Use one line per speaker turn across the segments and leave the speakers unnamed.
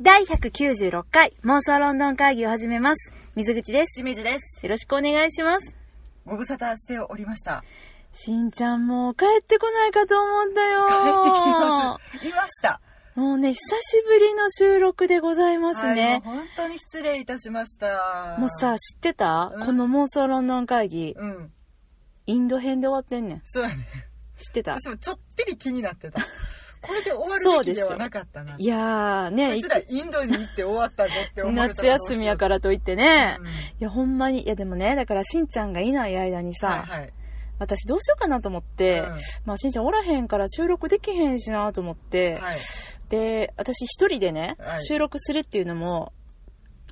第196回妄想ロンドン会議を始めます。水口です。
清水です。
よろしくお願いします。
ご無沙汰しておりました。
しんちゃんもう帰ってこないかと思ったよ。
帰ってきてます。いました。
もうね、久しぶりの収録でございます
はい、もう
ね。
本当に失礼いたしました。
もうさ、、知ってた、
うん
この妄想ロンドン会議、
うん、
インド編で終わってんねん。
そうだね。
知ってた
私もちょっぴり気になってた。これで終わ
そう
るべ
で
き
し
で
ょ
はなかったな。
いやーね、い
別らインドに行って終わったぞって思われた
夏休みやからといってね
ら。う。ん
いや、ほんまに。いや、でもね、だから、しんちゃんがいない間にさ、
はいはい。
私どうしようかなと思って、まあ、しんちゃんおらへんから収録できへんしなと思っ
う
て、
んはい。
で、私一人でね、
はい
収録するっていうのも、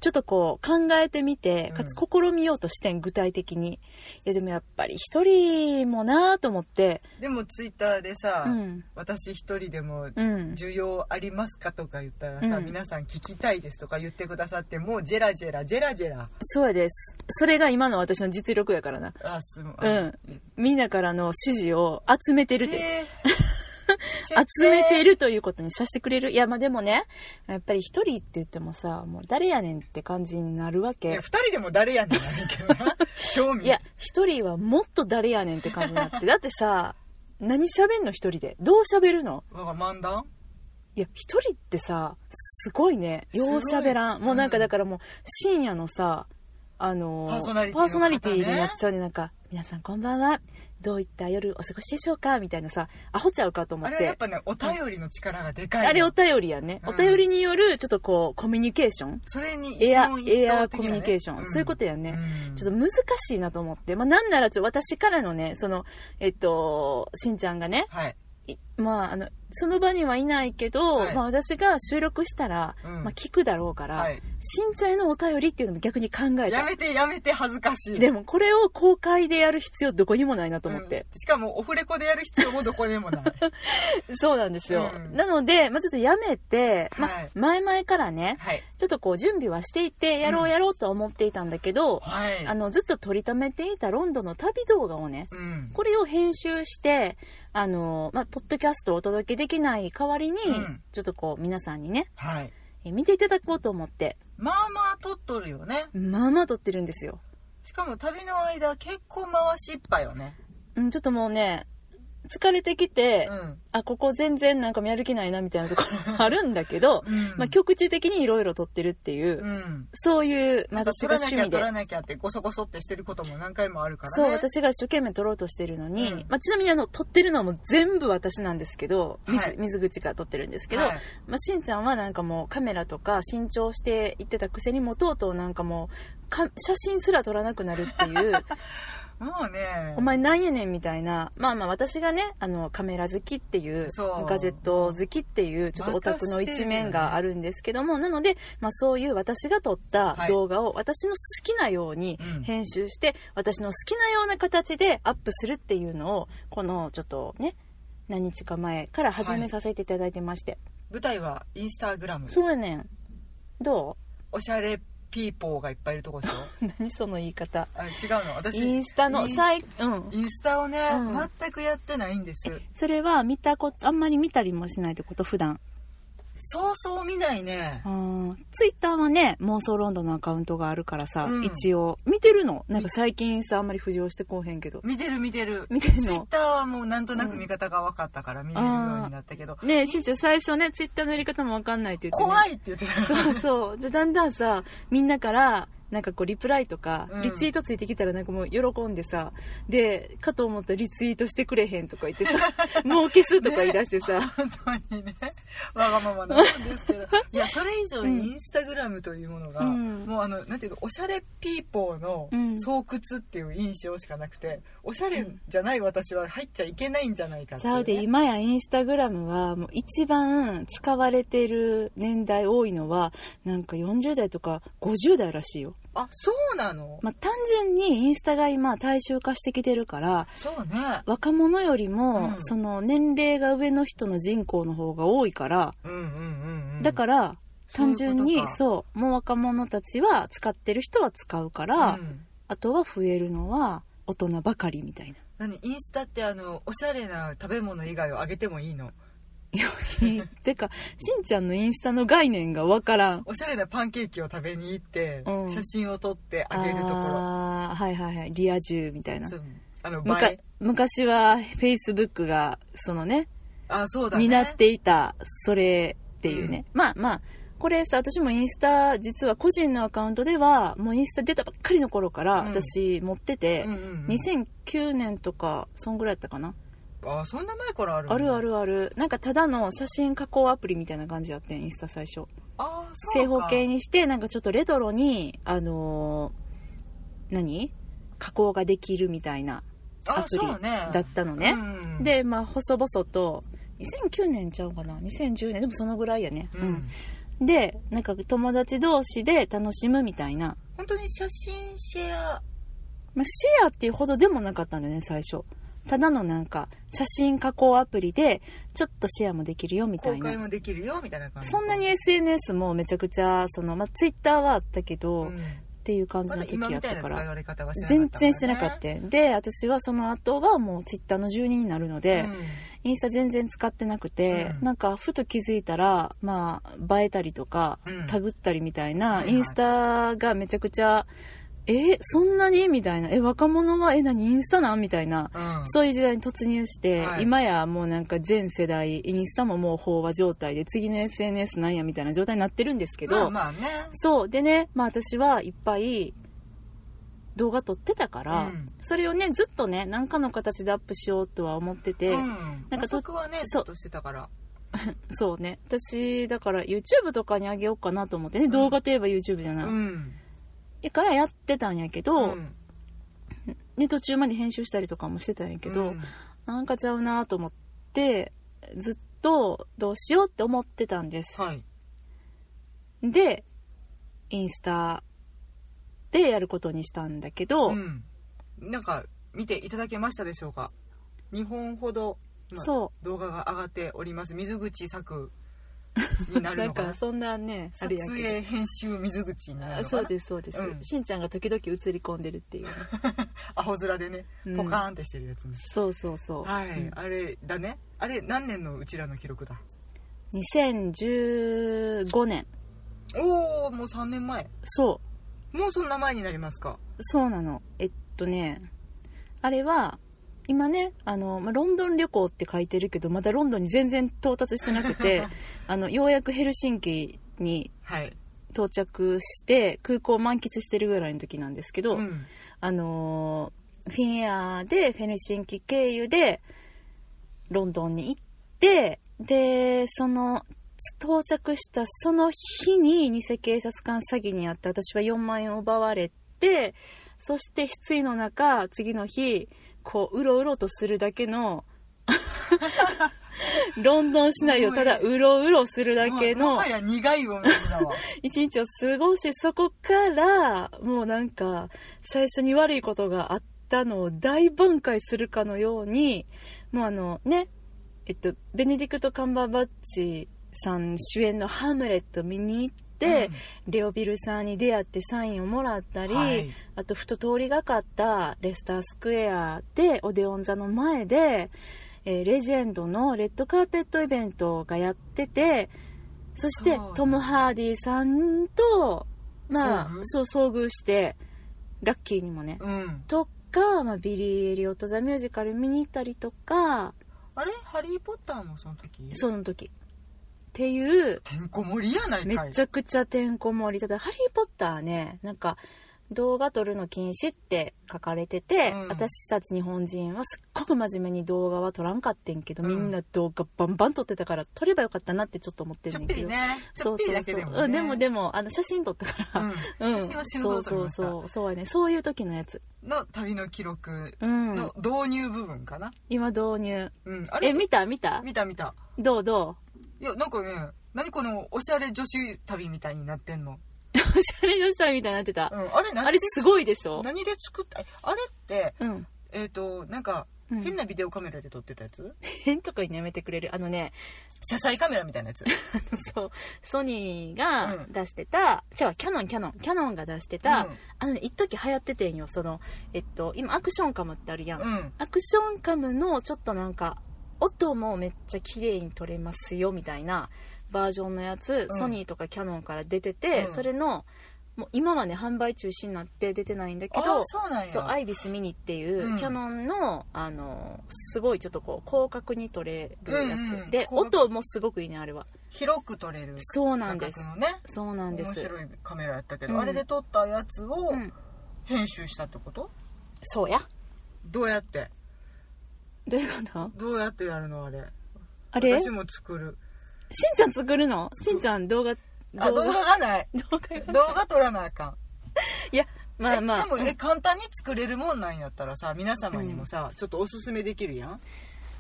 ちょっとこう考えてみて、
うん
かつ試みようとしてん、具体的に。いや、でもやっぱり一人もなぁと思って、
でもツイッターでさ、
うん、
私一人でも
うん。
需要ありますかとか言ったらさ、
うん
皆さん聞きたいですとか言ってくださって、もうジェラジェラジェラジェラ。
そうやです。それが今の私の実力やからな。
あ、すま
うんみんなからの支持を集めてるで。
チェー
集めてるということにさせてくれるいや、まあ、でもね、やっぱり一人って言ってもさ、もう誰やねんって感じになるわ
い
け
や。二人でも誰やねんやねんけどな正味
いや、一人はもっと誰やねんって感じにな って。だってさ、何喋んの一人で。どう喋るの
わが漫談
いや、一人ってさ、すごいね。よう
すごい
喋らん。もうなんか
うん
だからもう、深夜のさ、あのー
パーソナリティの方ね
パーソナリティになっちゃうね。なんか、皆さんこんばんは。どういった夜お過ごしでしょうかみたいなさ、アホちゃうかと思
あ
っ
れはや
て
っ。ぱねお便りの力がでかいの
あれお便りやね。
うん
お便りによる、ちょっとこう、コミュニケーション
それに
エア、
一
エ
問一答
ア
的
コミ
なね
ュニケーション。
ん
そういうことやね。
うん
ちょっと難しいなと思って。まあ、なんならちょっと私からのね、その、えっと、しんちゃんがね、
はい、
いまあ、あの、その場にはいないけど、
はい
まあ、私が収録したら、
うん
まあ、聞くだろうから、
はい、
しんちゃんへのお便りっていうのも逆に考えた。
やめてやめて恥ずかしい
でも、これを公開でやる必要どこにもないなと思って。
うんしかもオフレコでやる必要もどこでも ない
そうなんですよ。
うん
なので、まあ、ちょっとやめて、まあ
はい
前々からね、
はい
ちょっとこう、準備はしていて、やろ
う
うんやろうとは思っていたんだけど、
はい
あの、ずっと取り留めていたロンドンの旅動画をね、
うん
これを編集して、あの、まあ、ポッドキャストをお届けできない代わりに、
うん
ちょっとこう、皆さんにね、
はい
え見ていただこうと思って、
まあまあ撮っとるよね
まあまあ撮ってるんですよ。
しかも旅の間結構回しっぱよね
うん、ちょっともうね、疲れてきて、
うん、
あ、ここ全然なんかやる気ないなみたいなとこ ろあるんだけど、
うん
まあ、局地的にいろいろ撮ってるっていう、
うん
そういう、まあ、私
取
が
らな
趣味
きゃ取
で
ら。なきゃってごそごそってしてることも何回もあるからね
そう、私が一生懸命撮ろうとしてるのに、
うん
まあ、ちなみにあの、撮ってるのはもう全部私なんですけど、水,、
はい
水口が撮ってるんですけど、
はい
まあ、しんちゃんはなんかもうカメラとか新調していってたくせにもうとうとうなんかもうか写真すら撮らなくなるっていう
もうね
お前なんやねんみたいなまあまあ私がねあのカメラ好きっていう
そう
ガジェット好きっていうちょっとオタクの一面があるんですけどもなので、まあ、そういう私が撮った
はい
動画を私の好きなように
うん
編集して、私の好きなような形でアップするっていうのをこのちょっとね何日か前から始めさせていただいてまして、
舞台はインスタグラム
そうやねんどう
おしゃれピーポーがいっぱいいるとこでし ょ
何その言い方
あれ違うの私
インスタの
イン
最うん
インスタをね、
うん
全くやってないんです
それは見たことあんまり見たりもしないってこと普段
そうそう見ないね
うんツイッターはね妄想ロンドンのアカウントがあるからさ、
うん
一応見てるのなんか最近さあんまり浮上してこうへんけど
見てる見てる
見てる
ツイッ
の
ターはもうなんとなく見方が分かったから見れるようになったけど、
ねえしんちゃん最初ねツイッターのやり方もわかんないって言って、ね、
怖いって言ってた
そうそうじゃあだんだんさみんなからなんかこうリプライとか、
うん
リツイートついてきたらなんかもう喜んでさでかと思ったらリツイートしてくれへんとか言ってさもう消すとか言い出してさ、
本当にねわがままなんです けどいやそれ以上にインスタグラムというものが、
うん
もうあのなんていうのおしゃれピーポーの
うん
巣窟っていう印象しかなくておしゃれじゃない私は入っちゃいけないんじゃないかって
ち
い
ゃ
う、
うで
ね、
今やインスタグラムはもう一番使われてる年代多いのはなんか40代とか50代らしいよ、
あそうなの、
まあ、単純にインスタが今大衆化してきてるから
そうね
若者よりも
うん
その年齢が上の人の人口の方が多いから
うんうんうんうん
だから
そう
単
いうことか
純にそうもう若者たちは使ってる人は使うから
うん
あとは増えるのは大人ばかりみたいな。
何インスタってあのおしゃれな食べ物以外をあげてもいいの
てかしんちゃんのインスタの概念がわからん
おしゃれなパンケーキを食べに行って、
うん
写真を撮ってあげるところ
あーはいはいはいリア充みたいな
そうあの
むか
映え
昔はフェイスブックがそのね
あそうだね
担っていたそれっていうね、まあまあこれさ私もインスタ実は個人のアカウントではもうインスタ出たばっかりの頃から
うん
私持ってて
うん、うんうん、
2009年とかそんぐらいだったかな、
あそんな前からあるんだ
あるあるあるなんかただの写真加工アプリみたいな感じやってんインスタ最初
あそうか
正方形にしてなんかちょっとレトロにあのー何加工ができるみたいなア
あ
プリ
そうね
だったのね、
うん
でまあ細々と2009年ちゃうかな2010年でもそのぐらいやね、
うん、
うんでなんか友達同士で楽しむみたいな、
本当に写真シェア
まあ、シェアっていうほどでもなかったんだよね最初ただのなんか写真加工アプリでちょっとシェアもできるよみた
公
いな
開もできるよみたいな感じ
そんなに SNS もめちゃくちゃその、まあ、Twitter はあったけど、
う
っ
ん
ていう感じ
ま
の
だ
時
今
や
み
った
い
た
な
か
使い
ら
分け方はしてなかった、
全然してなかった、で私はその後はもう Twitter の住人になるので、インスタ全然使ってなくて、
うん
なんかふと気づいたら、まあ、映えたりとか、
うん
タグったりみたい
はい
な、
はい
インスタがめちゃくちゃ、え、そんなにみたいな、え、若者は、え、何インスタなんみたいな、
うんうん
そういう時代に突入して、
はい
今やもうなんか全世代、インスタももう飽和状態で、次の SNS なんやみたいな状態になってるんですけど、
まあまあね
そう、でね、まあ私はいっぱい動画撮ってたから、
うん
それをね、ずっとね、何かの形でアップしようとは思ってて、
うん、
なんかと
遅くはねち
そ
ょ
う
っとしてたから
そうね私だから YouTube とかにあげようかなと思ってね、
ん
動画といえば YouTube じゃない、
ん
だからやってたんやけど、
ん
ね、途中まで編集したりとかもしてたんやけど、
うん
なんかちゃうなと思ってずっとどうしようって思ってたんです、
はい
でインスタでやることにしたんだけど、
うん、なんか見ていただけましたでしょうか2本ほど今
そ
動画が上がっております水口作に
う
なる
だ
のか
か
な
らそん なねあ
撮
れやけど
影編集水口になる
あ
の
そ
か
う
な
ですそうです、
うん
しんちゃんが時々映り込んでるっていうね、
青空でね
うん
ポカーンってしてるやつね、
そうそうそう、
はい、
うん
あれだねあれ何年のうちらの記録だ
2015年
おおもう3年前
そう
もうそんな前になりますか
そうなの。えっとね、あれは、今ね、あの、まあ、ロンドン旅行って書いてるけど、まだロンドンに全然到達してなく て、あの、ようやくヘルシンキに
はい、
到着して、空港を満喫してるぐらいの時なんですけど、
うん、
あのー、フィンエアでヘルシンキ経由で、ロンドンに行って、で、その、到着したその日に偽警察官詐欺にあって私は4万円を奪われてそして失意の中次の日こううろうろとするだけ のロンドン市内をただうろうろするだけ
もうも
の
はや苦いお水だわ
一日を過ごしそこからもうなんか最初に悪いことがあったのを大挽回するかのようにもうあのねえっとベネディクト・カンバーバッチさん主演の「ハムレット」見に行って、レオビルさんに出会ってサインをもらった
うん
り、
はい
あとふと通りがかったレスタースクエアでオデオン座の前で、えーレジェンドのレッドカーペットイベントがやっててそして
そう
トム・ハーディさんとまあ
遭遇
そう遭遇してラッキーにもね、
うん
とか、まあ、ビリー・エリオット・ザ・ミュージカル見に行ったりとか
あれハリー・ポッターもその時
その時っていう
てんこ盛りやないか
め
い
ちゃくちゃてんこ盛りただ「ハリー・ポッターね」なんか動画撮るの禁止って書かれてて、
うん
私たち日本人はすっごく真面目に動画は撮らんかってんけど、
うん
みんな動画バンバン撮ってたから撮ればよかったなってちょっと思って
ち
る
ょ
ん
っ
だ
ぴ
けど、
りねちょっぴりだけでも、
そうそう
ね
そううんでもでもあの写真撮ったから、
う
うんん
写真は死
そ
ぬほど
う
撮り
そう
ました
そうそうやねそういう時のやつ
の旅の記録
うん
の導入部分かな、
今導入
うん、あれ
え見た見た
見た見た
どう ど
いやなんかね何このおしゃれ女子旅みたいになってんの、
うおしゃれ女子旅みたいになってた
う、ん、あれ何
あれすごいでしょ
何で作ったあれって
うん、
えっ、となんか
うん、
変なビデオカメラで撮ってたやつ、
変とか言うのやめてくれるあのね
車載カメラみたいなやつ
そうソニーが
うん
出してた、じゃあキャノンキャノンキャノンが出してた、
うん
あのね一時流行っててんよそのえっと今アクションカムってあるやん、
うん
アクションカムのちょっとなんか音もめっちゃ綺麗に撮れますよみたいなバージョンのやつ、
うん
ソニーとかキャノンから出てて、
うん
それのもう今はね販売中止になって出てないんだけ
あ
ど
そうなんや
そうアイビスミニっていう、
うん
キャノンのあのすごいちょっとこう広角に撮れるやつ、
うんうん
で
広角
音もすごくいいねあれは
広く撮れる
そうな
画
んです
角のね
そうなんで
面
す
白いカメラやったけど、
うん
あれで撮ったやつを
うん、
編集したってこと
そうや
どうやって
どういうこと
どうやってやるのあれ
あれし
私
ん
も作る
ちゃん作るのしんちゃん動画動
あ動画がない
動画
動画撮らなあかん
まあまあ
えでもえ簡単に作れるもんなんやったらさ皆様にもさ、ちょっとおすすめできるやん、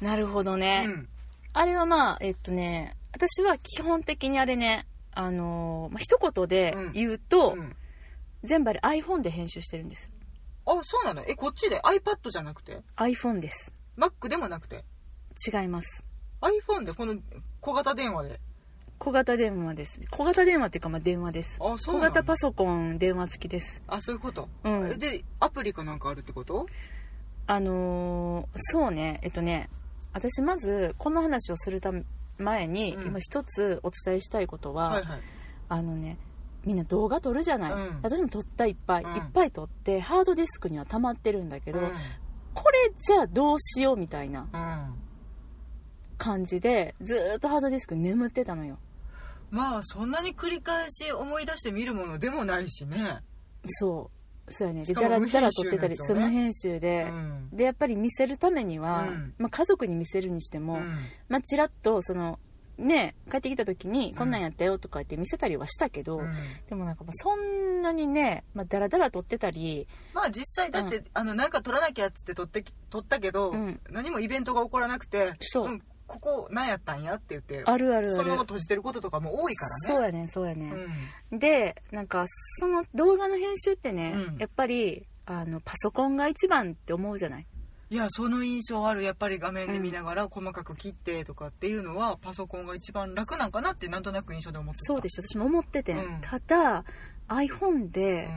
なるほどね、
うん
あれはまあえっとね私は基本的にあれねあのーまあ、一言で言うと、
うん
全部あれ iPhone で編集してるんです
あそうなのえこっちで iPad じゃなくて
iPhone です
Mac でもなくて
違います
iPhone でこの小型電話で
小型電話です小型電話っていうかまあ電話です
あ
小
そうなの
型パソコン電話付きです
あそういうこと、
うん
えでアプリかなんかあるってこと
あのーそうねえっとね私まずこの話をするため前に、
うん
今一つお伝えしたいことは、
はいはい
あのねみんな動画撮るじゃない、
うん
私も撮ったいっぱい、
うん
いっぱい撮ってハードディスクには溜まってるんだけど、
うん
これじゃあどうしようみたいな
うん
感じでずーっとハードディスク眠ってたのよ
まあそんなに繰り返し思い出して見るものでもないしね、
そうそうやねで
しか
だ
も
ら
無
だら
編
撮
集
ってたり
のやつ
そ
をね
の編集
う
で、
ん
でやっぱり見せるためには、
うん
まあ、家族に見せるにしても、
うん
まあ、ちらっとそのね帰ってきた時にこんなんやったよとか言って見せたりはしたけど、
うん
でもなんかまあそんなにね、まあ、だらだら撮ってたり
まあ実際だって、あのなんか撮らなきゃっつって撮ってき撮ったけど、
うん
何もイベントが起こらなくて
そう、
んここ何やったんやって言って
あるあるある
そのまま閉じてることとかも多いからね
そうやねそうやね、
うん
でなんかその動画の編集ってね、
うん
やっぱりあのパソコンが一番って思うじゃない
いやその印象あるやっぱり画面で見ながら細かく切ってとかっていうのはパソコンが一番楽なんかなってなんとなく印象で思ってた
そうでしょ私も思ってて、
うん
ただ iPhone で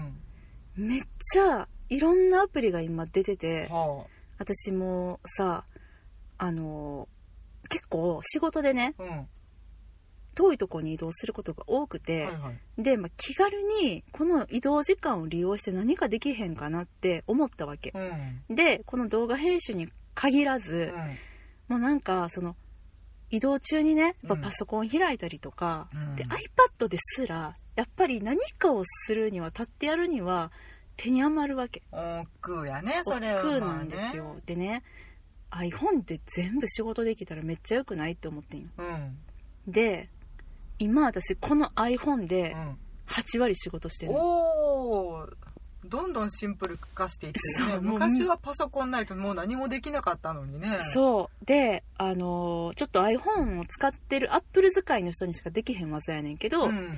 うん
めっちゃいろんなアプリが今出てて、
は
私もさあの結構仕事でね
あうんは
遠いとこに移動することが多く
い
て、
はい
で、まあ、気軽にこの移動時間を利用して何かできへんかなって思ったわけ
う、ん
でこの動画編集に限らず、もうなんかその移動中にねやっぱ
うん
パソコン開いたりとか、
うん
で iPad ですらやっぱり何かをするには立ってやるには手に余るわけ
うん億劫やねそれは
億劫
ま
な
あね
んですよ、でね iPhone で全部仕事できたらめっちゃ良くないって思ってんよ
うん
で今私この iPhone で
うん
8割仕事してるの、
おーどんどんシンプル化していって
そ
るね
うもう
昔はパソコンないともう何もできなかったのにね
そうであのーちょっと iPhone を使ってる Apple 使いの人にしかできへん技やねんけど、
ん、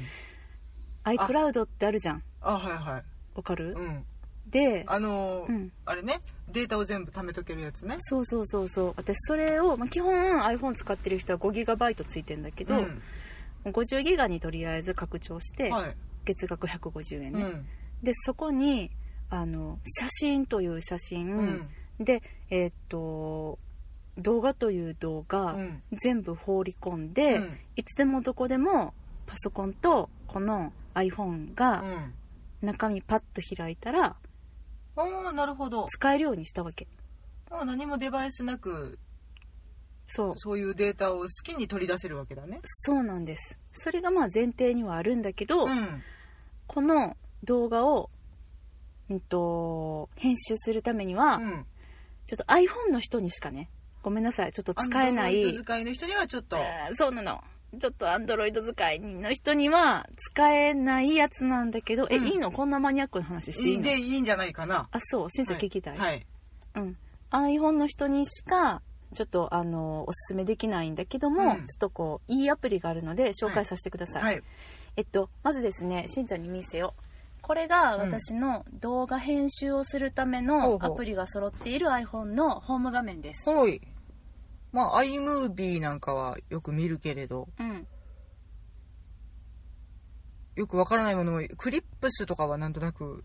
iCloud ってあるじゃん
あはいはい
わかる、
うん
で
あのー
うん
あれねデータを全部貯めとけるやつね
そうそうそうそう私それを、まあ、基本 iPhone 使ってる人は 5GB ついてんだけど、
うん
50ギガにとりあえず拡張して、
はい、
月額150円
う
ね、
ん
でそこにあの写真という写真、
うん
でえーっと動画という動画、
うん
全部放り込んで、
うん
いつでもどこでもパソコンとこの iPhone が
うん
中身パッと開いたら
おーなるほど
使えるようにしたわけ
もう何もデバイスなく
そう
そういうデータを好きに取り出せるわけだね
そうなんですそれがまあ前提にはあるんだけど、
うん
この動画を、うん、と編集するためには、
うん
ちょっと iPhone の人にしかねごめんなさいちょっと使えない
Android 使いの人にはちょっと
えーそうなのちょっと Android 使いの人には使えないやつなんだけど、え
うん
いいのこんなマニアックな話していいの
でいいんじゃないかな
あそうしんちゃん
はい
聞きたい、
はい
うん、iPhone の人にしかちょっとあのおすすめできないんだけども、
うん
ちょっとこういいアプリがあるので紹介させてください、
はい
えっとまずですねしんちゃんに見せようこれが
うん
私の動画編集をするため
ほう
の
ほ
ア
う
プリが揃っている iPhone のホーム画面です、
ほいまあ iMovie なんかはよく見るけれど
うん、
よくわからないものもクリップスとかはなんとなく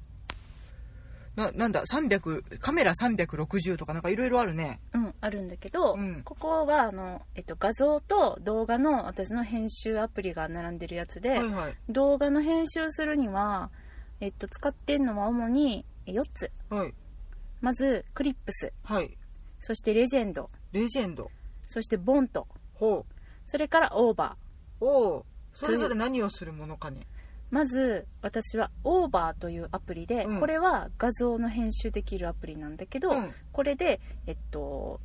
ななんだ300カメラ360とかなんかいろいろあるね
うん、あるんだけど、
うん
ここはあの、えっと、画像と動画の私の編集アプリが並んでるやつで、
はいはい
動画の編集するには、えっと、使ってんのは主に4つ
はい
まずクリップス
はい
そしてレジェンド
レジェンド
そしてボント
ほ
それからオーバー
うおうそれぞれ何をするものかね
まず私はオーバーというアプリで、
うん
これは画像の編集できるアプリなんだけど、
うん
これでえっと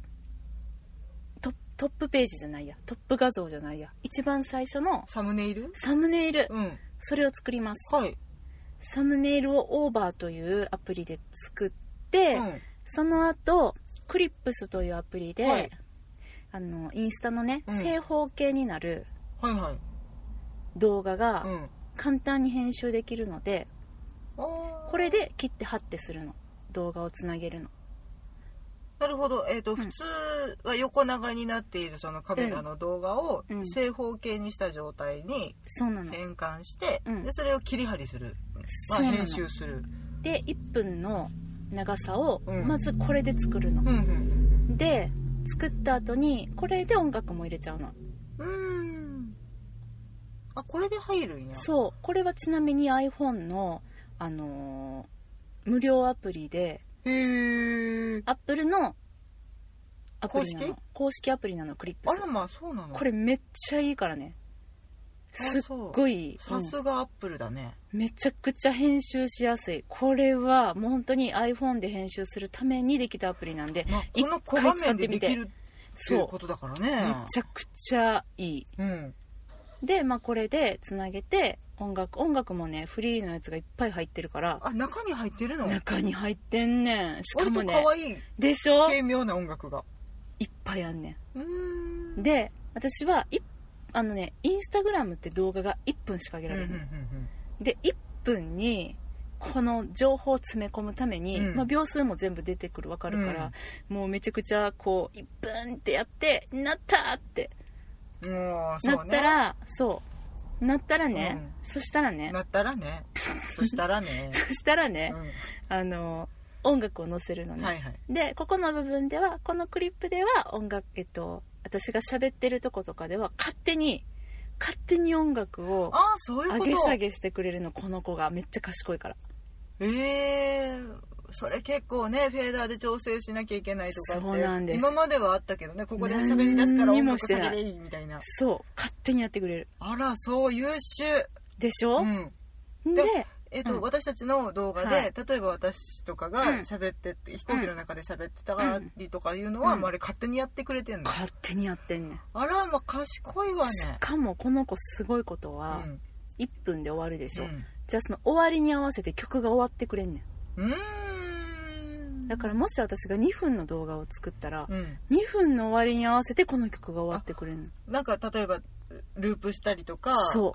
トトップページじゃないやトップ画像じゃないや一番最初の
サムネイル
サムネイル
うん
それを作ります
はい、
サムネイルをオーバーというアプリで作って、
うん、
その後クリップスというアプリで、
はい
あのインスタのね、
うん
正方形になる
はいはい
動画が
うん
簡単に編集できるので、
こ
これで切って貼ってするの動画をつなげるの
なるほど、えー、と
ん
普通は横長になっているそのカメラの動画を
うん
正方形にした状態に
そうなの
変換して、
うん
でそれを切り張りする、まあ、
そうなの
編集する
で1分の長さを
うん
まずこれで作るの、
うんうん
で作った後にこれで音楽も入れちゃうの
うんうんあこれで入るんや
そうこれはちなみに iPhone の、あのー無料アプリで
へえ
Apple のアプリなの
公式
公式アプリなのクリップ
あ
ス
らまあそうなの
これめっちゃいいからね
あ
すっ
そう
ごい、
さすがアップルだね
うんめちゃくちゃ編集しやすいこれはもう本当に iPhone で編集するためにできたアプリなんで
まあ
一
この小画面
回
で
使ってみ
で
て
きるっていう
そ
ことだから
うめ
ね
ちゃくちゃいい
うん
で、まあ、これでつなげて音楽音楽もねフリーのやつがいっぱい入ってるから
あ中に入ってるの
中に入ってんねんしか
割
も
と
ね
可愛い
でしょ
軽妙な音楽が
いっぱいあんね
うーん
んで私はいあのねインスタグラムって動画が1分しか上げ
うん
ら
うん
れ
う
ない、
ん
で1分にこの情報を詰め込むために、
うん
まあ、秒数も全部出てくるわかるから、もうめちゃくちゃこう1分ってやってなったって
うんもうそう
な
ね
ったらそう,、なったらね、そしたらね
なったらねそしたらね
そしたらね、
う
あの音楽を載せるの
ん
ね、
はいはい
でここの部分ではこのクリップでは音楽えっと私が喋ってるとことかでは勝手に勝手に音楽を
ああそういう
上
こ
げ下
と
げしてくれるのこの子がめっちゃ賢いから
ええそれ結構ねフェーダーで調整しなきゃいけないとか
そうな
っ
ん
て
です
今まではあったけどねここで喋り出すから
何に
音
も
楽
してない
下げれいいみたいな
そう勝手にやってくれる
あらそう優秀
でしょ
う、ん
で
でえっと
うん
私たちの動画で、
はい
例えば私とかが
うん
喋ってって、飛行機の中で喋ってたりとかいうのは、
うん
まあ、あれ勝手にやってくれてんの、
勝手にやってんねん
あらまあ賢いわね
しかもこの子すごいことは
うん
1分で終わるでしょ、
うん
じゃあその終わりに合わせて曲が終わってくれんね
うーん
んだからもし私が2分の動画を作ったら
うん、
2分の終わりに合わせてこの曲が終わってくれるの
なんか例えばループしたりとか
そ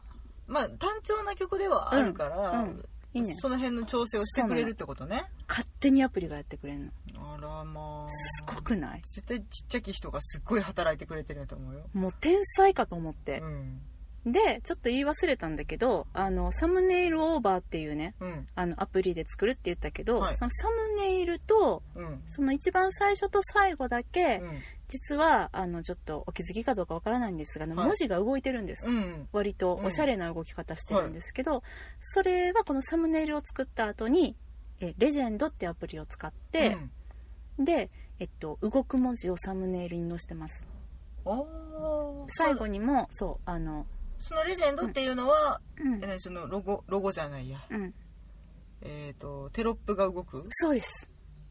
う
まあ単調な曲ではあるから、
うんうんいいね
その辺の調整をしてくれるってことね
勝手にアプリがやってくれるの
あらまあ
すごくない
絶対ちっちゃき人がすっごい働いてくれてるんやと思うよ、
もう天才かと思っ
う
て、
ん
でちょっと言い忘れたんだけどあのサムネイルオーバーっていうね
うん
あのアプリで作るって言ったけど、
はい
そのサムネイルと
うんうん
その一番最初と最後だけ、実はあのちょっとお気づきかどうかわからないんですが、ね
はい
文字が動いてるんです、
うん
割とおしゃれな動き方してるんですけど、それはこのサムネイルを作った後にえレジェンドってアプリを使って、で、えっと、動く文字をサムネイルに載せてます
うん、おー
最後にもそうあの
そそのレジェンドっていうのは、
うん
え、何そのロゴロゴじゃないや
うん、
えっ、とテロップが動くっ
そうです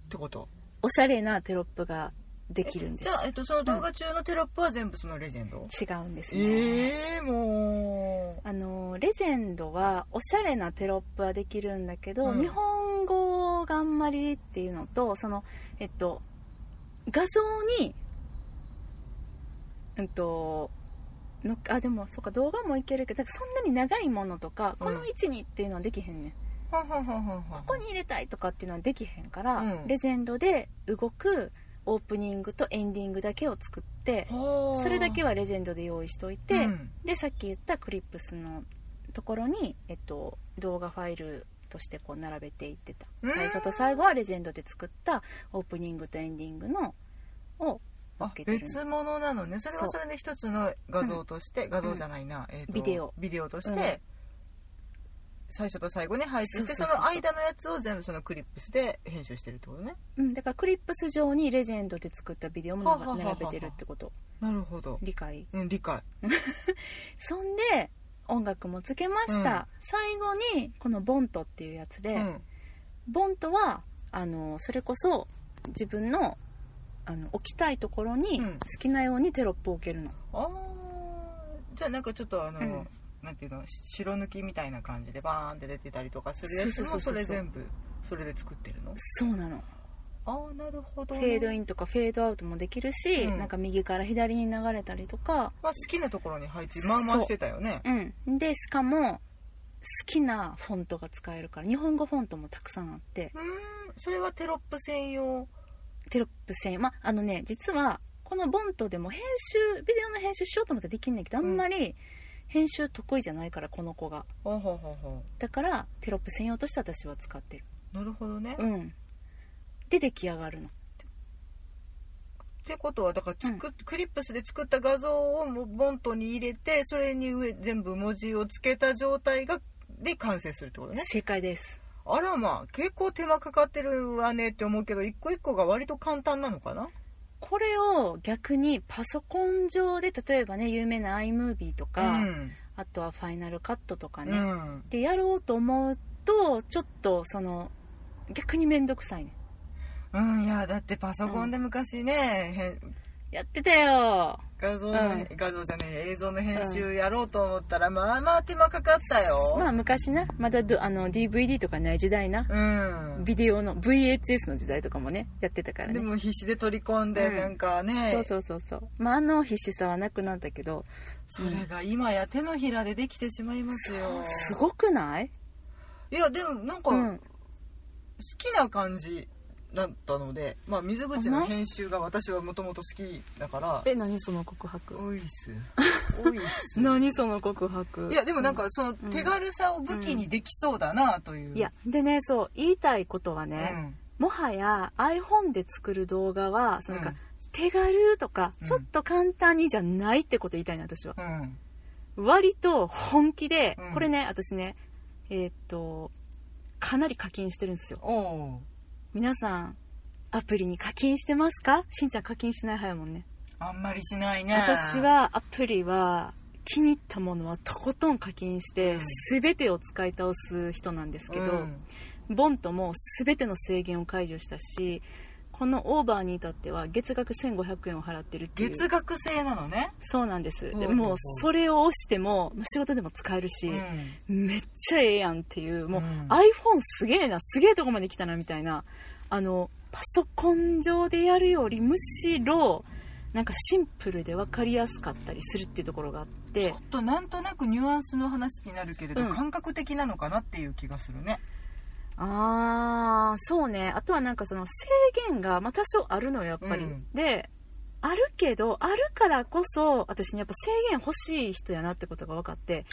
てこと
おしゃれなテロップができるんで
じ
す
ゃあ、えっと、その動画中のテロップは全部そのレジェンド、
違うんですね、
ええも
あのレジェンドはおしゃれなテロップはできるんだけど、
うん
日本語があんまりっていうのとそのえっと画像にうんとのあでもそっか動画もいけるけどだからそんなに長いものとか、
うん
この位置にっていうのはできへんねん
う。はんはんはんはんはん
ここに入れたいとかっていうのはできへんから、
うん
レジェンドで動くオープニングとエンディングだけを作って
ほー
それだけはレジェンドで用意しといて、
うん
でさっき言ったクリップスのところに、えっと、動画ファイルとしてこう並べていってた
うん
最初と最後はレジェンドで作ったオープニングとエンディングのを分
あ
けてる
別物なのねそれはそれで一つの画像として、画像じゃないな、えーと
ビデオ
ビデオとして、
うん
最初と最後に配置して
そ
そ
そ
う
うそうそう
の間のやつを全部そのクリップスで編集してるってことね
うん、だからクリップス上にレジェンドで作ったビデオも
はあはあはあはあ
並べてるってこと
なるほど、
理解
うん、理解
そんで音楽もつけました、
うん
最後にこのボントっていうやつで、
うん
ボントはあのそれこそ自分のあの置きたいところに
う
好
ん
きなようにテロップを置けるの、
あーじゃあなんかちょっとあの、
うん
なんていうのし白抜きみたいな感じでバーンって出てたりとかするやつ
そうそ
も
うそ
そう
そう
れ全部それで作ってるの
そうなの
ああなるほど
フ
ね、
ェードインとかフェードアウトもできるし、
うん
なんか右から左に流れたりとか
まあ、好きなところに配置まあまあしてたよね
うんでしかも好きなフォントが使えるから日本語フォントもたくさんあって
うーんそれはテロップ専用
テロップ線まああのね実はこのボントでも編集ビデオの編集しようと思ったらできんねんけどあんまり編集得意じゃないからこの子が
ほうほうほうほ
だからテロップ専用として私は使ってる
うなるほどね、
う
っ
んで出来上がるの
てことはだからつく、クリップスで作った画像をもうボントに入れてそれに上全部文字をつけた状態がで完成するってことね
正解です
あらまあ結構手間かかってるわねって思うけど一個一個が割と簡単なのかな
これを逆にパソコン上で例えばね有名な iMovie とか、
うん
あとはファイナルカットとかね、
うん、
でやろうと思うとちょっとその逆に面倒くさいね
うん、いやだってパソコンで昔ね、へん
やってたよ
画像
う
の、
ん
画像じゃねえ映像の編集やろうと思ったら、まあまあ手間かかったよ、
まあ昔なまだどあの DVD とかない時代な
うん
ビデオの VHS の時代とかもねやってたから
で
ね
も必死で取り込んで、
うん
なんかね
そうそうそうそうまああの必死さはなくなったけど
それが今や手のひらでできてしまいますよ
すごくない、
いやでもなんか
う
好
ん、
きな感じだったので、まあ水口
あ
の
の
編集が私はもともと好きだから
え何その告白
おいっすおいっす
何その告白
いやでもなんかその
ん
手軽さを武器にできそうだなという、
いやでねそう言いたいことは
う
ね、
ん
もはや iPhone で作る動画はそのなんか、
うん
手軽とか
うん
ちょっと簡単にじゃないってこと言いたいな私は
うん
割と本気で、
うん
これね私ねえーっとかなり課金してるんですよ
おお
皆さんアプリに課金してますかしんちゃん課金しない派やもんね
あんまりしないね
私はアプリは気に入ったものはとことん課金して、全てを使い倒す人なんですけど、
うん
ボントも全ての制限を解除したしこのオーバーに至っては月額1500円を払ってるっていう
月額制なのね、
そうなんですで
うん
もうそれを押しても仕事でも使えるし、
うん
めっちゃええやんっていうもう、
うん
iPhone すげえなすげえとこまで来たなみたいなあのパソコン上でやるよりむしろなんかシンプルで分かりやすかったりするっていうところがあっ
ち
て
ょっとなんとなくニュアンスの話になるけれど、
うん
感覚的なのかなっていう気がするね
ああそうねあとはなんかその制限が、まあ、多少あるのよやっぱり、
うん
であるけどあるからこそ私ねやっぱ制限欲しい人やなってことが分かって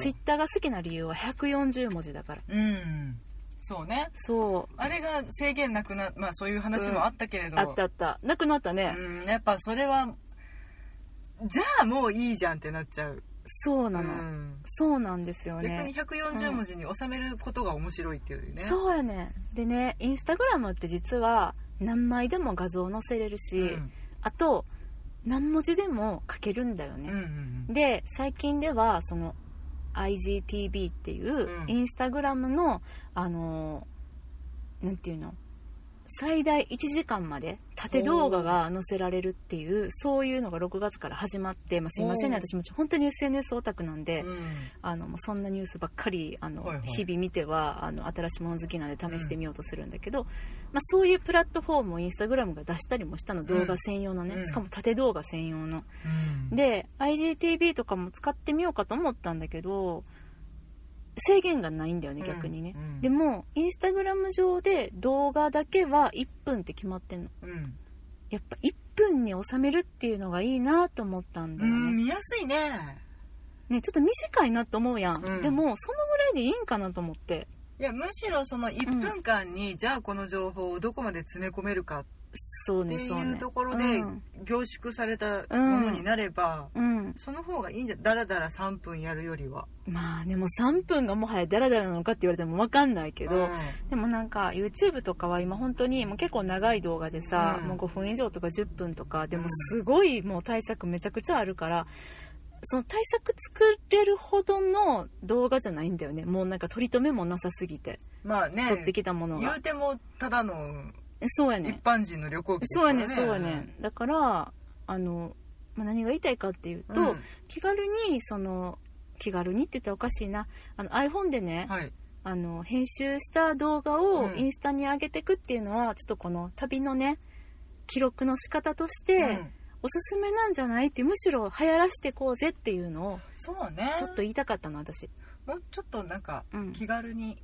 ツイッターが好きな理由は140文字だから
うんそうね
そう
あれが制限なくなまあそういう話もあったけれど、
あったあったなくなったね、
うんやっぱそれはじゃあもういいじゃんってなっちゃう、
そう
う
なの、
ん、
そうなんですよ
逆に
ね
140文字に収めることが面白いっていうね、
そうやねでねインスタグラムって実は何枚でも画像載せれるし、
うん
あと何文字でも書けるんだよ
うんう
ね、
ん
で最近ではその IGTV っていう
うん
インスタグラムの、あのーなんていうの最大1時間まで縦動画が載せられるっていうそういうのが6月から始まって、まあ、すいませんね
おー
私もちょ本当に SNS オタクなんで、
うん
あのもうそんなニュースばっかりあの、
はいはい
日々見てはあの新しいもの好きなんで試してみようとするんだけど、まあ、そういうプラットフォームをインスタグラムが出したりもしたの動画専用のね、
うん
しかも縦動画専用の
うん
で IGTV とかも使ってみようかと思ったんだけど制限がないんだよね逆にね、
うんうん
でもインスタグラム上で動画だけは1分って決まってんの
うん
やっぱ1分に収めるっていうのがいいなと思ったんだ
う
よね、
ん見やすいね
ねちょっと短いなと思うやん、
うん
でもそのぐらいでいいんかなと思って
いやむしろその1分間に、じゃあこの情報をどこまで詰め込めるかっ
そう
て
ねそう
いう
ね
ところで
うん
凝縮されたものになれば、
うん、
その方がいいんじゃだらだら3分やるよりは。
まあでも3分がもはやダラダラなのかって言われても分かんないけど、
うん
でもなんか YouTube とかは今本当にもう結構長い動画でさ、
うん
もう5分以上とか10分とかで
う
も
ん
すごいもう対策めちゃくちゃあるからその対策作れるほどの動画じゃないんだよねもうなんか取り留めもなさすぎて
まあね
撮ってきたもの
言
が、
うてもただの
そうやね
一般人の旅行記です
そう
から
やね
ね
そうやねだからあの、まあ、何が言いたいかっていうと、
うん
気軽にその気軽にって言ったらおかしいなあの iPhone でね、
はい
あの編集した動画を
うん
インスタに上げていくっていうのは、ちょっとこの旅のね記録の仕方として、
うん
おすすめなんじゃないってむしろ流行らしてこうぜっていうのを
そうね
ちょっと言いたかったの私、
もうちょっとなんか
うん、
気軽に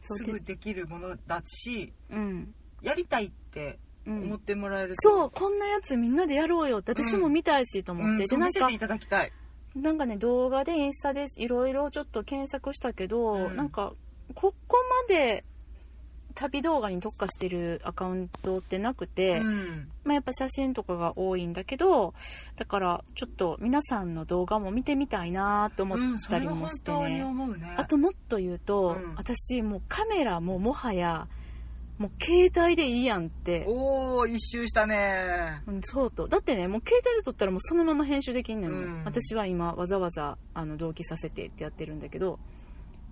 そう
す
で
ぐできるものだし
うん、
やりたいって
う
思っ
ん、
てもらえると、
そうこんなやつみんなでやろうよって私も見たいしと思って、
うん、
で
そう
な
見
ん
せ
か
ていただきたい
なんかね動画でインスタでいろいろちょっと検索したけど、
うん
なんかここまで旅動画に特化してるアカウントってなくて、
うん
まあ、やっぱ写真とかが多いんだけどだからちょっと皆さんの動画も見てみたいなと思
うん
っ
そ
た
れ
り
は
も
本
して
当に
ね、
思うね
あともっと言うと、
うん
私もうカメラももはやもう携帯でいいやんって
おお一周したね
うんそうとだってねもう携帯で撮ったらもうそのまま編集できんねんもん、
うん
私は今わざわざあの同期させてってやってるんだけど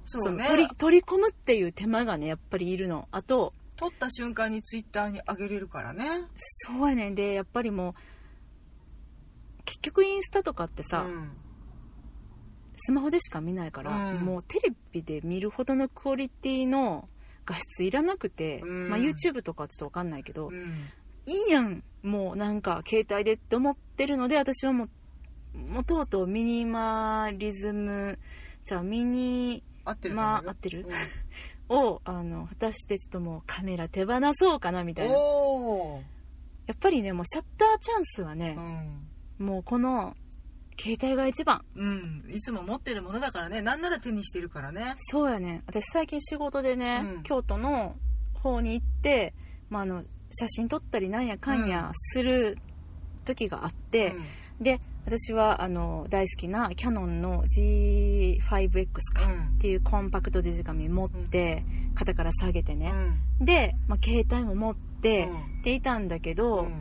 そうね
その取り取り込むっていう手間がねやっぱりいるのあと
撮った瞬間にツイッターに上げれるからね
そうやねんでやっぱりもう結局インスタとかってさ、
うん
スマホでしか見ないから、
うん
もうテレビで見るほどのクオリティの画質いらなくて、
うん
まあ、YouTube とかはちょっとわかんないけど、
うん
いいやんもうなんか携帯でって思ってるので私はもうもうとうとうミニマリズムじゃあミニ
合ってる
ま
か
あ合
な
ってる
うん
をあの果たしてちょっともうカメラ手放そうかなみたいなや
おお、
っぱりねもうシャッターチャンスは
う
ね、
ん
もうこの携帯が一番
うん、いつも持ってるものだからねなんなら手にしてるからね
そうやね私最近仕事でね、
うん
京都の方に行って、まあ、あの写真撮ったりなんやかんやする時があって、
うん
で私はあの大好きなキャノンの G5X かっていうコンパクトデジカメ持って、肩から下げて
うんう
ね、
ん
で、まあ、携帯も持って、
うん
っていたんだけど、
う
も
ん
う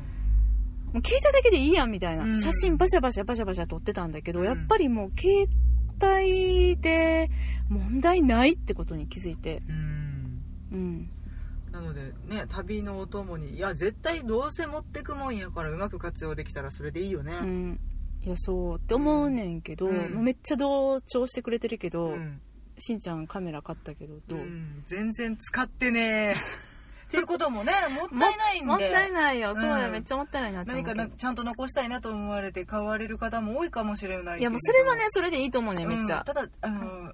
携帯だけでいいやんみたいな、
うん
写真バシャバシャバシャバシャ撮ってたんだけど、
うん
やっぱりもう携帯で問題ないってことに気づいて
うん
うん
なのでね旅のお供にいや絶対どうせ持ってくもんやからうまく活用できたらそれでいいよね、
うんいやそうって思うねんけど、
うん
もうめっちゃ同調してくれてるけど、
うん
しんちゃんカメラ買ったけどどう、
うん全然使ってねえっていうこともねもったいないんで
もったいないよ、
うん
そうやめっちゃもったいないなって思
何
うけ
か
ど
なちゃんと残したいなと思われて買われる方も多いかもしれないけど
いやもうそれはねそれでいいと思うねめっち
う
ゃ
ん、ただあの、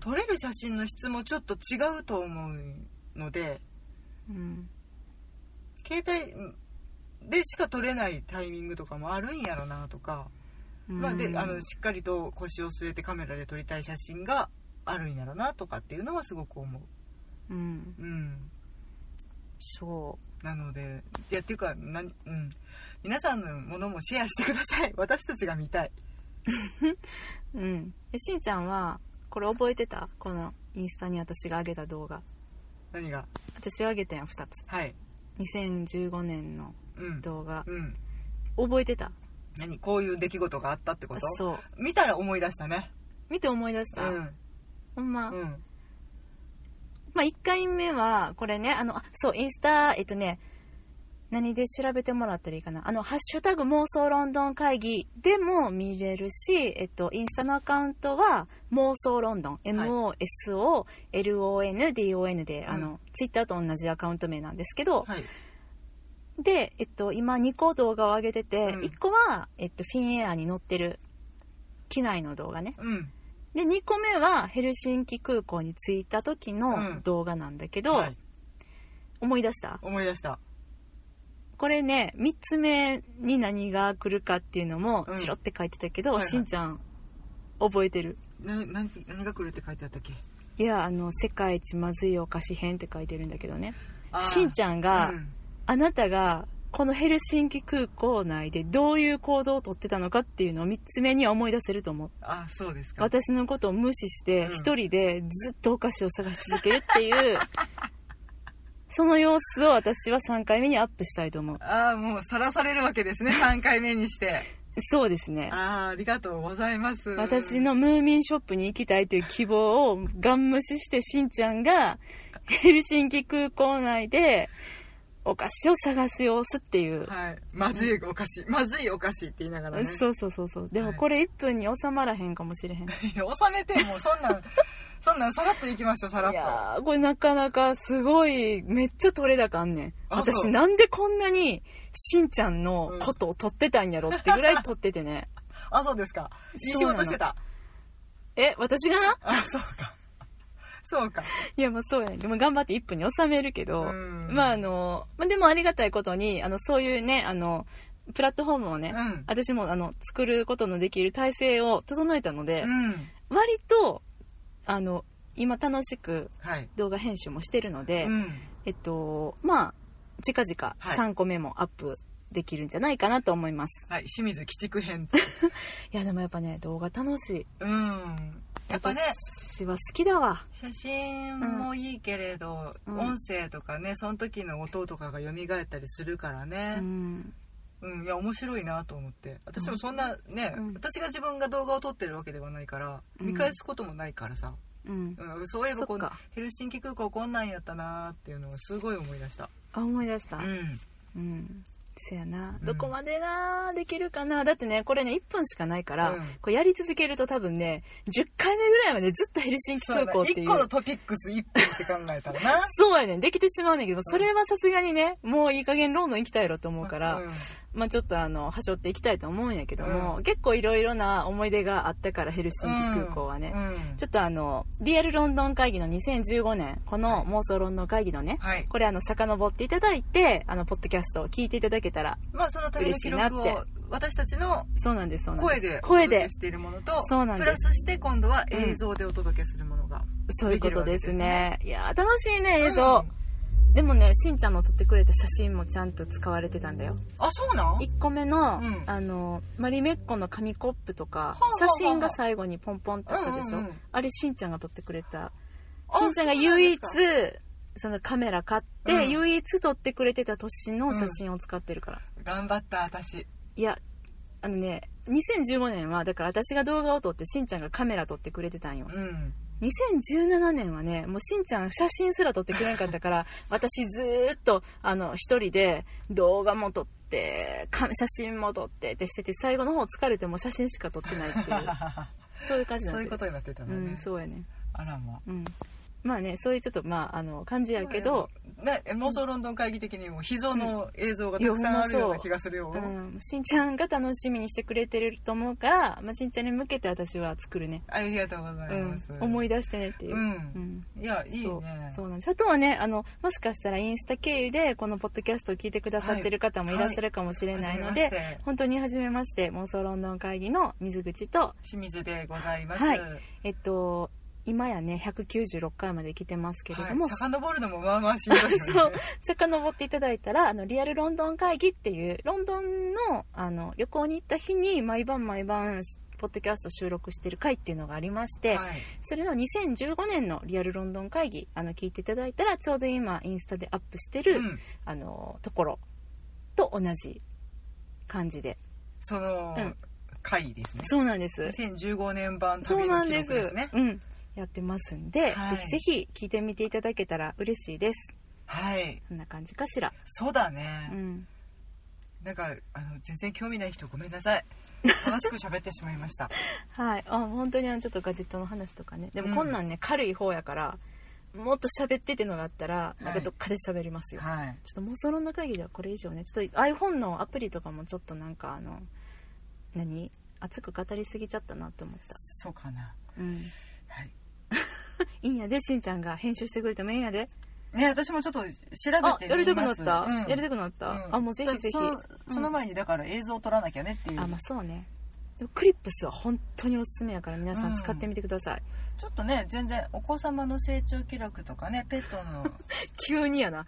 撮れる写真の質もちょっと違うと思うので
うん
携帯でしか撮れないタイミングとかもあるんやろなとか、まあ、であのしっかりと腰を据えてカメラで撮りたい写真があるんやろなとかっていうのはすごく思
うん
ううん
そ
なのでいやっていうかな、うん、皆さんのものもシェアしてください 私たちが見たいう
うんでしんちゃんはこれ覚えてたこのインスタに私が上げた動画
何が
私が上げたやん2つ
はい
2015年の
うん
動画
うん
覚えてた
何こういう出来事があったってこと
そう
見たら思い出したね
見て思い出した、ほんま、
うんうん
まあ1回目はこれねあのあそうインスタえっとね何で調べてもらったらいいかなあの「ハッシュタグ妄想ロンドン会議」でも見れるし、えっと、インスタのアカウントは妄想ロンドン MOSOLONDON で、あのツイッターと同じアカウント名なんですけど、
はい
で、えっと、今2個動画を上げてて、
うん
1個は、えっと、フィンエアーに載ってる機内の動画ね
うん
で2個目はヘルシンキ空港に着いた時
う
の
ん
動画なんだけど、
はい
思い出した
思い出した
これね3つ目に何が来るかっていうのも
うん
チロって書いてたけど、
はいはい
しんちゃん覚えてる
いな何何が来るって書いてあったっけ
いやあの「世界一まずいお菓子編」って書いてるんだけどね
あー
しんちゃんが、
うん
あなたがこのヘルシンキ空港内でどういう行動をとってたのかっていうのを3つ目には思い出せると思う
あそうですか
私のことを無視して
うん
一人でずっとお菓子を探し続けるって いうその様子を私は3回目にアップしたいと思う
ああもうさらされるわ けですね3回目にして
そうですね
ああありがとうございます
私のムーミンショップに行きたいという希望をガン無視してしんちゃんがヘルシンキ空港内でお菓子を探す様子っていう、
はいまずいお菓子まずいお菓子って言いながらね
そうそうそうそうでも
はい
これ1分に収まらへんかもしれへん
いや 収めてもうそんなん そんなんさらっといきましょうさらっ
い
と
やーこれなかなかすごいめっちゃ取れ高あんねん
あそう
私なんでこんなにしんちゃんのことを取ってたんやろってぐらい取っててね
あそうですかいい仕
そうなの
事してた
え私がな
あそうか そうか
いやまあそうやねんけどまあ頑張って1分に収めるけど
うん
まああの、まあ、でもありがたいことにあのそういうねあのプラットフォームをね、
うん
私もあの作ることのできる体制を整えたので
う、ん
割とあの今楽しく
はい
動画編集もしてるので、
うん
えっとまあ近々
はい
3個目もアップできるんじゃないかなと思います、
はい清水鬼畜編
い、やでもやっぱね動画楽しい
うんやっぱね
私は好きだわ
写真もいいけれど、
うん
音声とかねその時の音とかが蘇ったりするから
う
ね、
ん
うんいや面白いなと思って私もそんなね、
うん
私が自分が動画を撮ってるわけではないから
うん
見返すこともないからさ、
うん
うん、そういえばこ
そっ
の
か
ヘルシンキ空港こんなんやったなーっていうのをすごい思い出した、
あ思い出した
うん、
うんせやな、
うん
どこまでなできるかなだってねこれね1分しかないから、
うん
これやり続けると多分ね10回目ぐらいまでずっとヘルシンキ
そうや
空
な
港ってい
1
う
個のトピックス1分って考えたらな
そうやねんできてしまうねんけどそれはさすがにねもういい加減ロンドン行きたいやろと思うから、
うん
まあ、ちょっとあの端折っていきたいと思うんやけども、結構いろいろな思い出があったからヘルシンキ空港はね、
うん
ちょっとあのリアルロンドン会議の2015年この妄想ロンドン会議のね、
はい
これあの遡っていただいてあのポッドキャストを聞いていただけたら
まあその旅の記録
嬉しいな
を私たちの
そうなんですそうなんで
声
す
でお
声
届
で
けしているものと
そうなんです
プラスして今度は映像でお届けするものが、
そういうことですねいやー楽しいね映
う
像
ん、
でもねしんちゃんの撮ってくれた写真もちゃんと使われてたんだよ
あそうなん
1個目の,、
うん
あのマリメッコの紙コップとか
あはあ
写真が最後にポンポンってあったでしょ、
うんうんうん
あれしんちゃんが撮ってくれた
あ
しんちゃんが唯一
そう
そのカメラ買って、
うん
唯一撮ってくれてた年の写真を使ってるから、
頑張った私
いやあのね2015年はだから私が動画を撮ってしんちゃんがカメラ撮ってくれてたんよ
うん
2017年はねもうしんちゃん写真すら撮ってくれなかったから 私ずーっとあの一人で動画も撮ってか写真も撮ってってしてて最後の方疲れてもう写真しか撮ってないって いう そういう感じに
そ
な
う
ってる
いうことになってたの
う
ね、
んそうやね
あらま
うんまあねそういうちょっとまああの感じやけど、
ね、妄想ロンドン会議的にも秘蔵の映像がたくさんあるような気がするよ、
うん、しんちゃんが楽しみにしてくれてると思うから、まあ、しんちゃんに向けて私は作るね、
ありがとうござ
う
い
ん
ます、、
思
い
い出してねっていう、
う、
うんん
いやいい
そう
ね
そうなんですあとはねあのもしかしたらインスタ経由でこのポッドキャストを聞いてくださってる方もいらっしゃるかもしれないので、
はいはい初めまして
本当に初めまして妄想ロンドン会議の水口と
清水でございます、
はいえっと今やね196回まで来てますけれども、
はい、遡るのもまあまあしんどいよね
そう遡っていただいたらあのリアルロンドン会議っていうロンドンのあの旅行に行った日に毎晩毎晩ポッドキャスト収録してる回っていうのがありまして、
はい、
それの2015年のリアルロンドン会議あの聞いていただいたらちょうど今インスタでアップしてる、
うん、
あのところと同じ感じで
その、
うん
回ですね
そうなんです
2015年版
そう
旅
な
の
ん
記
で
録
す
ですね
うん、やってますんで、
はい
ぜひぜひ聞いてみていただけたら嬉しいです
はい
こんな感じかしら、
そうだ
う
ね、
ん、
なんかあの全然興味ない人ごめんなさ い楽しく喋ってしまいました
はいあ本当にあのちょっとガジェットの話とかねで
うん
もこんなんね、軽い方やからもっと喋ってってのがあったらなん
は
か
い
どっかで喋りますよ、
はい
ちょっと妄想論の会議ではこれ以上ねちょっと iPhone のアプリとかもちょっとなんかあの何熱く語りすぎちゃったなって思った
そうかな
うん
はい
いいんやでしんちゃんが編集してくれてもいいんやで
ね私もちょっと調べて
あ
み
やりたくな
ま
っ
す
た、
うん
やりたくなった、
うん
あもうぜひぜひ
そその前にだから映像を撮らなきゃねっていう、
あまあそうねでもクリップスは本当におすすめやから皆さん使ってみてください、
ちょっとね全然お子様の成長記録とかねペットの
急にやな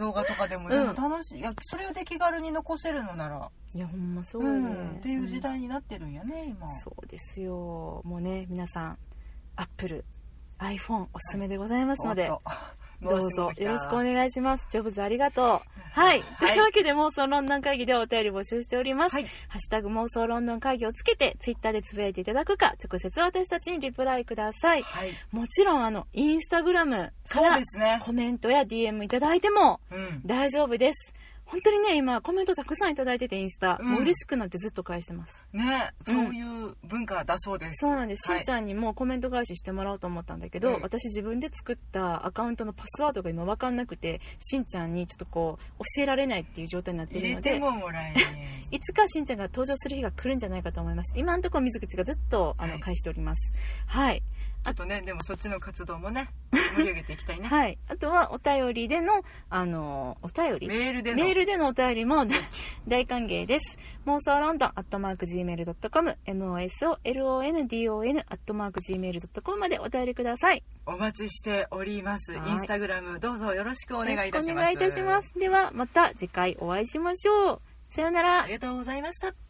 動画とかでも
うん
でも楽しい,、いやそれをで気軽に残せるのなら、
いやほんまそううやね、
ん、っていう時代になってるんやね今
そうですよもうね皆さんアップル iPhone おすすめでございますので
おっと
どう
回し
ぞ
戻ってきた
よろしくお願いしますジョブズありがとうはい、というわけで妄想ロンドン会議ではお便り募集しております、
はい
ハッシュタグ妄想ロンドン会議をつけてツイッターでつぶやいていただくか直接私たちにリプライください
はい
もちろんあのインスタグラムか
そう
ら
ですね
コメントや DM いただいても
うん
大丈夫です本当にね今コメントたくさんいただいててインスタ、
うん
もう嬉しくなってずっと返してます
ね
う
そ
ん
ういう文化だそうです、
そうなんです、
はい
しーちゃんにもコメント返ししてもらおうと思ったんだけど、
うん
私自分で作ったアカウントのパスワードが今分かんなくてしんちゃんにちょっとこう教えられないっていう状態になっている
入れ
の
て
で
ももらえね
いつかしんちゃんが登場する日が来るんじゃないかと思います今のところ水口がずっとあの、
はい
返しておりますはい
ちょっとねでもそっちの活動もね盛り上げていきたいね、
はいあとはお便りでのあのお便り
メールでの
メールでのお便りも 大歓迎です。妄想ロンドンアットマーク Gmail.com、MOSOLONDON アットマーク Gmail.com までお便りください。
お待ちしておりますイ
はい
ンスタグラムどうぞよろしくお願いいたします
よろしくお願いいたします。ではまた次回お会いしましょう。さようなら
あ。りがとうございました